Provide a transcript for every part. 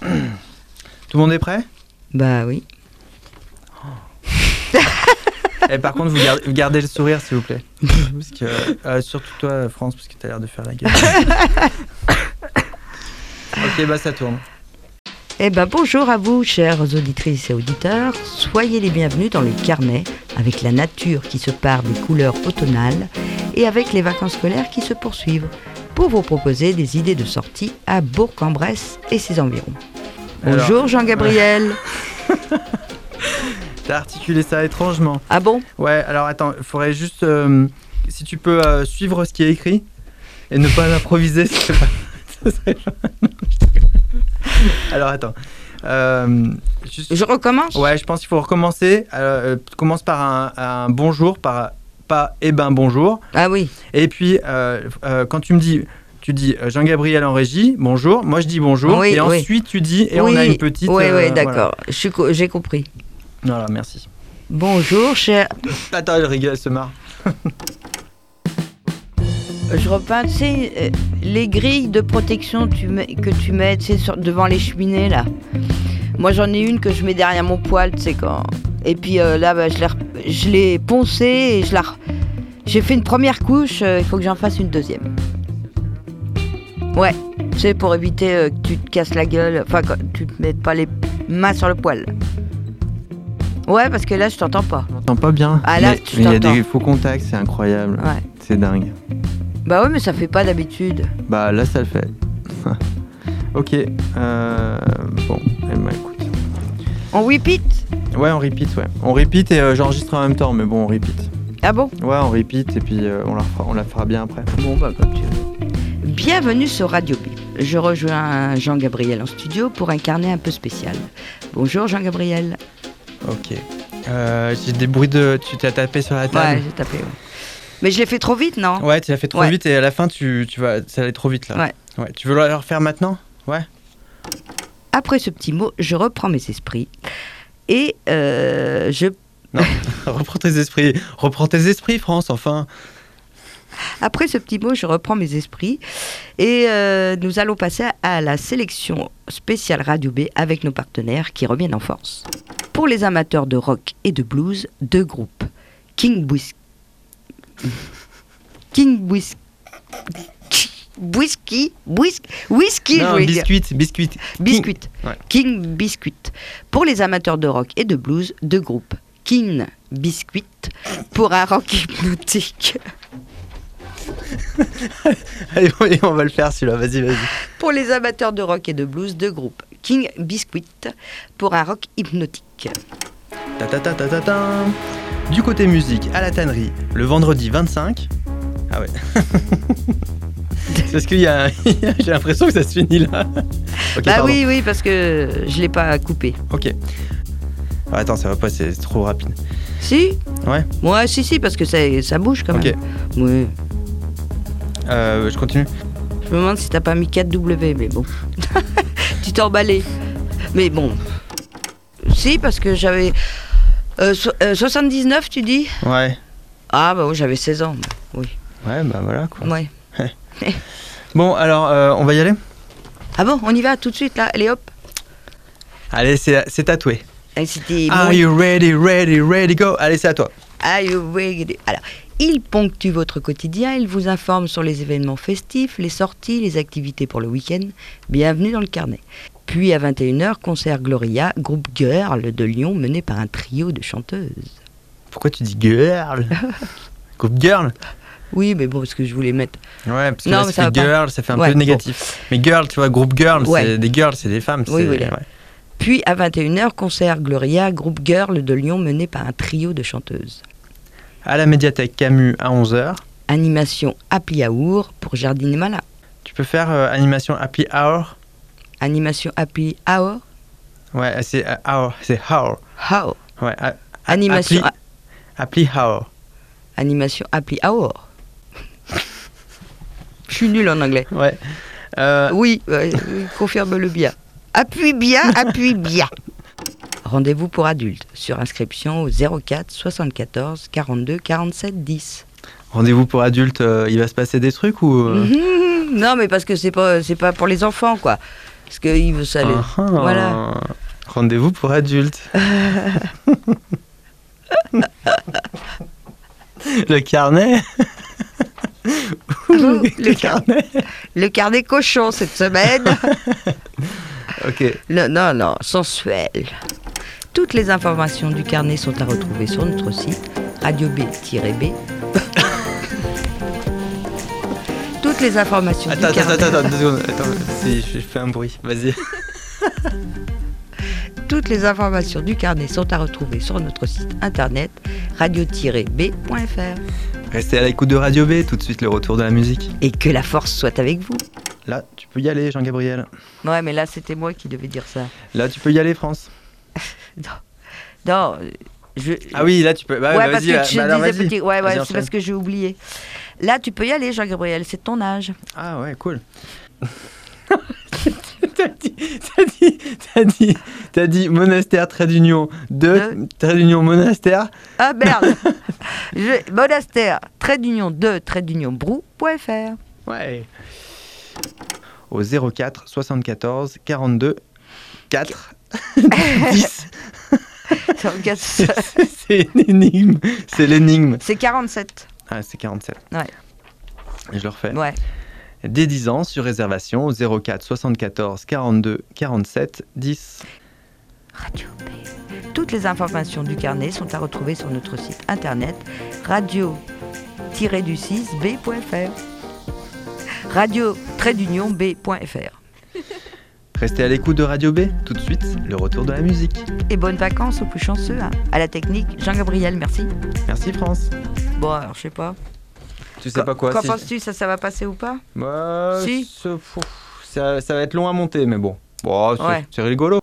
Tout le monde est prêt Bah oui. Et Eh, par contre, vous gardez, vous gardez le sourire, s'il vous plaît. Parce que, euh, surtout toi, France, parce que t'as l'air de faire la gueule. ok, bah ça tourne. Eh ben bonjour à vous, chères auditrices et auditeurs. Soyez les bienvenus dans le carnet, avec la nature qui se part des couleurs automnales et avec les vacances scolaires qui se poursuivent, pour vous proposer des idées de sortie à Bourg-en-Bresse et ses environs. Alors, Bonjour Jean-Gabriel. T'as articulé ça étrangement. Ah bon Ouais, alors attends, il faudrait juste. euh, si tu peux euh, suivre ce qui est écrit et ne pas improviser, ce serait pas. ce serait pas- Non, je déconne. alors attends. Euh, juste- Je recommence Ouais, je pense qu'il faut recommencer. Euh, euh, commence par un, un bonjour, par pas eh ben bonjour. Ah oui. Et puis, euh, euh, quand tu me dis, tu dis euh, Jean-Gabriel en régie, bonjour. Moi, je dis bonjour. Oui, et oui. ensuite, tu dis, et on a Oui, une petite. Oui, euh, oui, d'accord. Je suis co- J'ai compris. Voilà. Voilà, merci. Bonjour, cher. Attends, elle rigole, elle se marre. Je repeins, tu sais, euh, les grilles de protection tu mets- que tu mets, tu sais, sur- devant les cheminées, là. Moi, j'en ai une que je mets derrière mon poêle, tu sais, quand. Et puis euh, là, bah, je l'ai rep- je l'ai poncée et je la. re- J'ai fait une première couche, euh, il faut que j'en fasse une deuxième. Ouais, tu sais, pour éviter euh, que tu te casses la gueule, enfin, que tu te mettes pas les mains sur le poêle. Ouais, parce que là, je t'entends pas. On m'entend pas bien. Ah, là, Mais- tu mais Il y a t'entends. des faux contacts, c'est incroyable. Ouais. C'est dingue. Bah ouais, mais ça fait pas d'habitude. Bah là, ça le fait. ok. euh, bon, eh ben, écoute. On repeat Ouais, on repeat, ouais. On repeat et euh, j'enregistre en même temps, mais bon, on repeat. Ah bon Ouais, on repeat et puis euh, on, la fera, on la fera bien après. Bon, bah, comme tu veux. Bienvenue sur Radio B. Je rejoins Jean-Gabriel en studio pour un carnet un peu spécial. Bonjour Jean-Gabriel. Ok. Euh, J'ai des bruits de. Tu t'as tapé sur la table Ouais, j'ai tapé. ouais. Mais je l'ai fait trop vite, non Ouais, tu l'as fait trop Ah. Ouais. vite et à la fin, tu, tu vas, ça allait trop vite là. Ouais. Tu veux la refaire maintenant Ouais. Après ce petit mot, je reprends mes esprits et euh, je. reprends tes esprits, reprends tes esprits, France, enfin. Après ce petit mot, je reprends mes esprits et euh, nous allons passer à la sélection spéciale Radio B avec nos partenaires qui reviennent en force. Pour les amateurs de rock et de blues, deux groupes King Whis... King Whis... Whisky, whis- whisky, je non, voulais dire. biscuit, biscuit. Biscuit. Ouais. King Biscuit. Pour les amateurs de rock et de blues, deux groupes. King Biscuit pour un rock hypnotique. Allez, on- on va le faire celui-là. Vas-y, vas-y. Pour les amateurs de rock et de blues, deux groupes. King Biscuit pour un rock hypnotique. Ta ta ta ta ta ta. Du côté musique, à la tannerie, le vendredi 25. Ah ouais. C'est parce qu'il y a, j'ai l'impression que ça se finit là. Ok, bah pardon. oui, oui, parce que je l'ai pas coupé. Ok. Ah, attends, ça va pas, c'est c'est trop rapide. Si Ouais. Ouais, si, si, parce que ça, ça bouge quand Ok. même. Oui. Euh, je continue. Je me demande si t'as pas mis 4W, mais bon. tu t'es emballé. Mais bon. Si, parce que j'avais. euh, so- euh, 79, tu dis Ouais. Ah, bah oui, j'avais 16 ans. Oui. Ouais, bah voilà quoi. Ouais. Bon, alors, euh, on va y aller Ah bon, on y va tout de suite, là Allez, hop. Allez, c'est c'est tatoué. Et C'était. mon- Are you ready, ready, ready, go Allez, c'est à toi. Ah, you wiggity. Alors, il ponctue votre quotidien, il vous informe sur les événements festifs, les sorties, les activités pour le week-end. Bienvenue dans le carnet. Puis à 21h, concert Gloria, groupe Girl de Lyon, mené par un trio de chanteuses. Pourquoi tu dis girl Groupe girl Oui, mais bon, parce que je voulais mettre. Ouais, parce que Non, là, mais ça ça fait va pas. girl, ça fait un Ouais, peu négatif. Mais girl, tu vois, groupe girl, Ouais. c'est des girls, c'est des femmes. Oui, c'est- voilà. ouais. Puis à 21h, concert Gloria, groupe Girl de Lyon, mené par un trio de chanteuses. À la médiathèque Camus à 11h. Animation Happy Hour pour Jardine Malin. Tu peux faire euh, animation happy hour Animation Happy Hour. Ouais, c'est euh, hour, c'est hour. How Ouais, a- a- Animation- appli- Appli hour. Animation Happy Hour. Je suis nulle en anglais. Ouais. Euh, Oui, ouais, oui, confirme-le bien. Appuie bien, appuie bien. Rendez-vous pour adultes sur inscription au 04 74 42 47 10. Rendez-vous pour adultes, euh, il va se passer des trucs ou. euh, Mhm. Non, mais parce que c'est pas c'est pas pour les enfants quoi. Parce qu'il veut saler. Ah, ah. Voilà. Rendez-vous pour adultes. le carnet. Oh, le le carnet. Le carnet cochon cette semaine. Ok. Le- non, non, sensuel. Toutes les informations du carnet sont à retrouver sur notre site radiob-b. Toutes les informations Attends, du attends, carnet. attends, attends, deux secondes. Attends, si je fais un bruit, vas-y. Toutes les informations du carnet sont à retrouver sur notre site internet radio-b.fr. Restez à l'écoute de Radio B, tout de suite le retour de la musique. Et que la force soit avec vous. Là, tu peux y aller, Jean-Gabriel. Ouais, mais là, c'était moi qui devais dire ça. Là, tu peux y aller, France. Non, je. Ah oui, là, tu peux. Bah, ouais, bah, parce vas-y, que bah, tu bah, alors, disais vas-y. petit- Ouais, ouais, Vas-y, c'est enchaîne. parce que j'ai oublié. Là, tu peux y aller, Jean-Gabriel, c'est ton âge. Ah ouais, cool. t'as dit, t'as dit, t'as dit, t'as dit monastère, trait d'union, deux, Deux. trait d'union, monastère. Ah merde Je- Monastère, trait d'union 2, trait d'union brou.fr. Ouais. Au 04 74 42 4 10. C'est c'est une énigme. C'est l'énigme. C'est 47. Ah, c'est 47. Ouais. Je le refais. Ouais. Dès 10 ans, sur réservation, au 04 74 42 47 10. Radio B. Toutes les informations du carnet sont à retrouver sur notre site internet radio-du6b.fr. Radio trait d'union b.fr. Restez à l'écoute de Radio B. Tout de suite, le retour de la musique. Et bonnes vacances aux plus chanceux. hein. À la technique, Jean-Gabriel, merci. Merci France. Bon, alors je sais pas. Tu sais pas quoi. Qu'en si- penses-tu Ça, ça va passer ou pas Bah, Si. ce- pff, ça, ça va être long à monter, mais bon. Bon, c'est Ouais. c'est rigolo.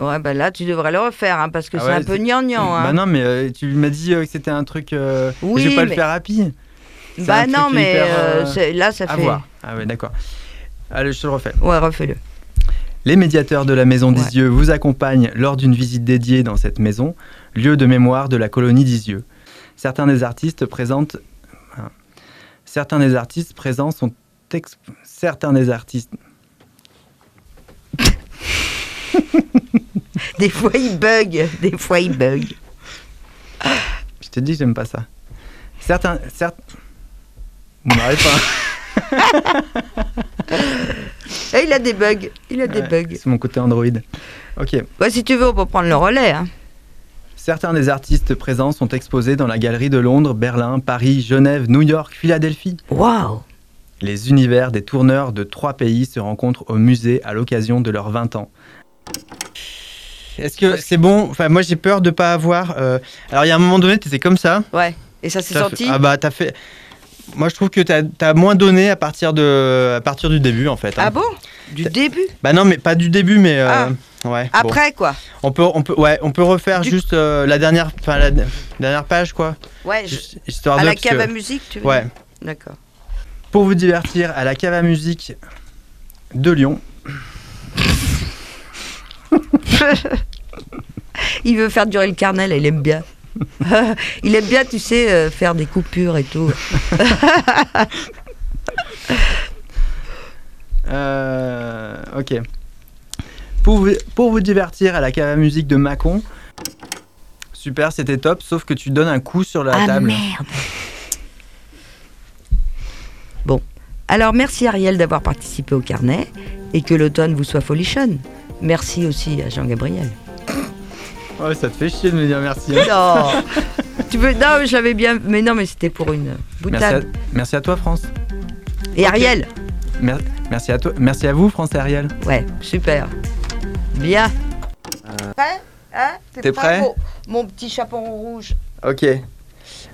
Ouais, bah là, tu devrais le refaire hein, parce que Ah c'est ouais, un peu c'est- gnangnan. Hein. Bah non, mais euh, tu m'as dit euh, que c'était un truc. euh, Oui, je vais pas le mais- faire rapide. C'est un Bah truc non, mais hyper, euh, euh, c'est- là, ça À fait. voir. Ah ouais, d'accord. Allez, je te le refais. Ouais, refais-le. Les médiateurs de la Maison Ouais. d'Isieux vous accompagnent lors d'une visite dédiée dans cette maison, lieu de mémoire de la colonie d'Isieux. Certains des artistes présentent... Ah. Certains des artistes présents sont... ex- Certains des artistes... Des fois, il bug. Des fois, il bug. Je te dis, j'aime pas ça. Certains... Certes... On n'arrive pas. Et Eh, il a des bugs. Il a des Ouais, bugs. C'est mon côté Android. Ok. Bah, si tu veux, on peut prendre le relais. hein. Certains des artistes présents sont exposés dans la galerie de Londres, Berlin, Paris, Genève, New York, Philadelphie. Waouh Les univers des tourneurs de trois pays se rencontrent au musée à l'occasion de leurs 20 ans. Est-ce que c'est bon Enfin, moi j'ai peur de pas avoir. euh, Alors, il y a un moment donné, t'étais comme ça. Ouais. Et ça s'est T'as senti fait- Ah bah, t'as fait. Moi, je trouve que t'as as moins donné à partir de à partir du début, en fait. hein. Ah bon Du T'as- début Bah non, mais pas du début, mais euh, ouais. bon. Ah. Après, quoi On peut, on peut, ouais, on peut refaire Du- juste euh, la dernière, enfin la dernière page, quoi. Ouais, je- Juste Histoire à de, la parce cave que- à musique, tu veux Ouais. dire D'accord. pour vous divertir à la cave à musique de Lyon. il veut faire durer le carnet, là, il aime bien. il aime bien, tu sais, euh, faire des coupures et tout. Euh, ok. Pour vous, pour vous divertir à la cave à musique de Mâcon. Super, c'était top, sauf que tu donnes un coup sur la ah table. merde Bon. Alors, merci Ariel d'avoir participé au carnet et que l'automne vous soit folichonne. Merci aussi à Jean-Gabriel. Ouais, ça te fait chier de me dire merci. hein. Non Tu veux Non, mais je l'avais bien. Mais non, mais c'était pour une Merci à, boutade. merci à toi, France. Et Ariel Mer- merci à toi, merci à vous, France et Ariel. Ouais, super. Bien. Prêt Hein T'es prêt pour Mon petit chaperon rouge. Ok.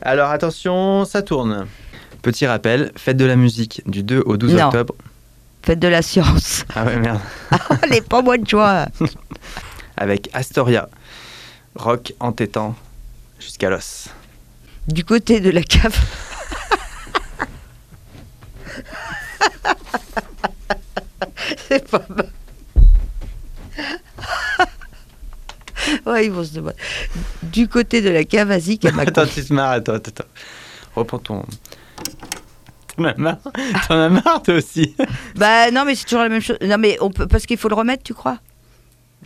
Alors attention, ça tourne. Petit rappel, fête de la musique du 2 au 12 Non. octobre. Faites de la science. Ah ouais, merde. Allez, pas moi de joie. Avec Astoria. Rock entêtant jusqu'à l'os. Du côté de la cave. C'est pas mal. ouais, ils vont se demander. Du côté de la cave à Zik à Macon. Attends, tu te marres, attends, attends. attends. Reprends ton. T'en as marre T'en as marre, toi aussi Bah non, mais c'est toujours la même chose. Non, mais on peut... parce qu'il faut le remettre, tu crois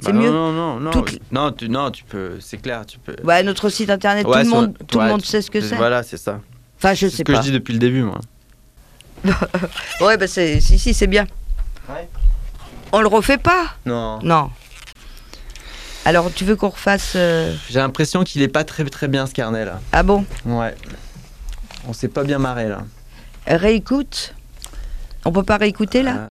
C'est Bah non, mieux. Non, non, non. Toutes- Non, tu, non, tu peux. C'est clair, tu peux. Bah, notre site internet, Ouais, tout le sur- monde, tout ouais, le monde sait ce que c'est. Voilà, c'est ça. Enfin, je C'est ce sais que pas. je dis depuis le début, moi. Ouais, bah c'est- si, si, c'est bien. Ouais. On le refait pas Non. Non. Alors, tu veux qu'on refasse euh, J'ai l'impression qu'il est pas très très bien ce carnet là. Ah bon Ouais. On s'est pas bien marré là. Réécoute On peut pas réécouter là Euh,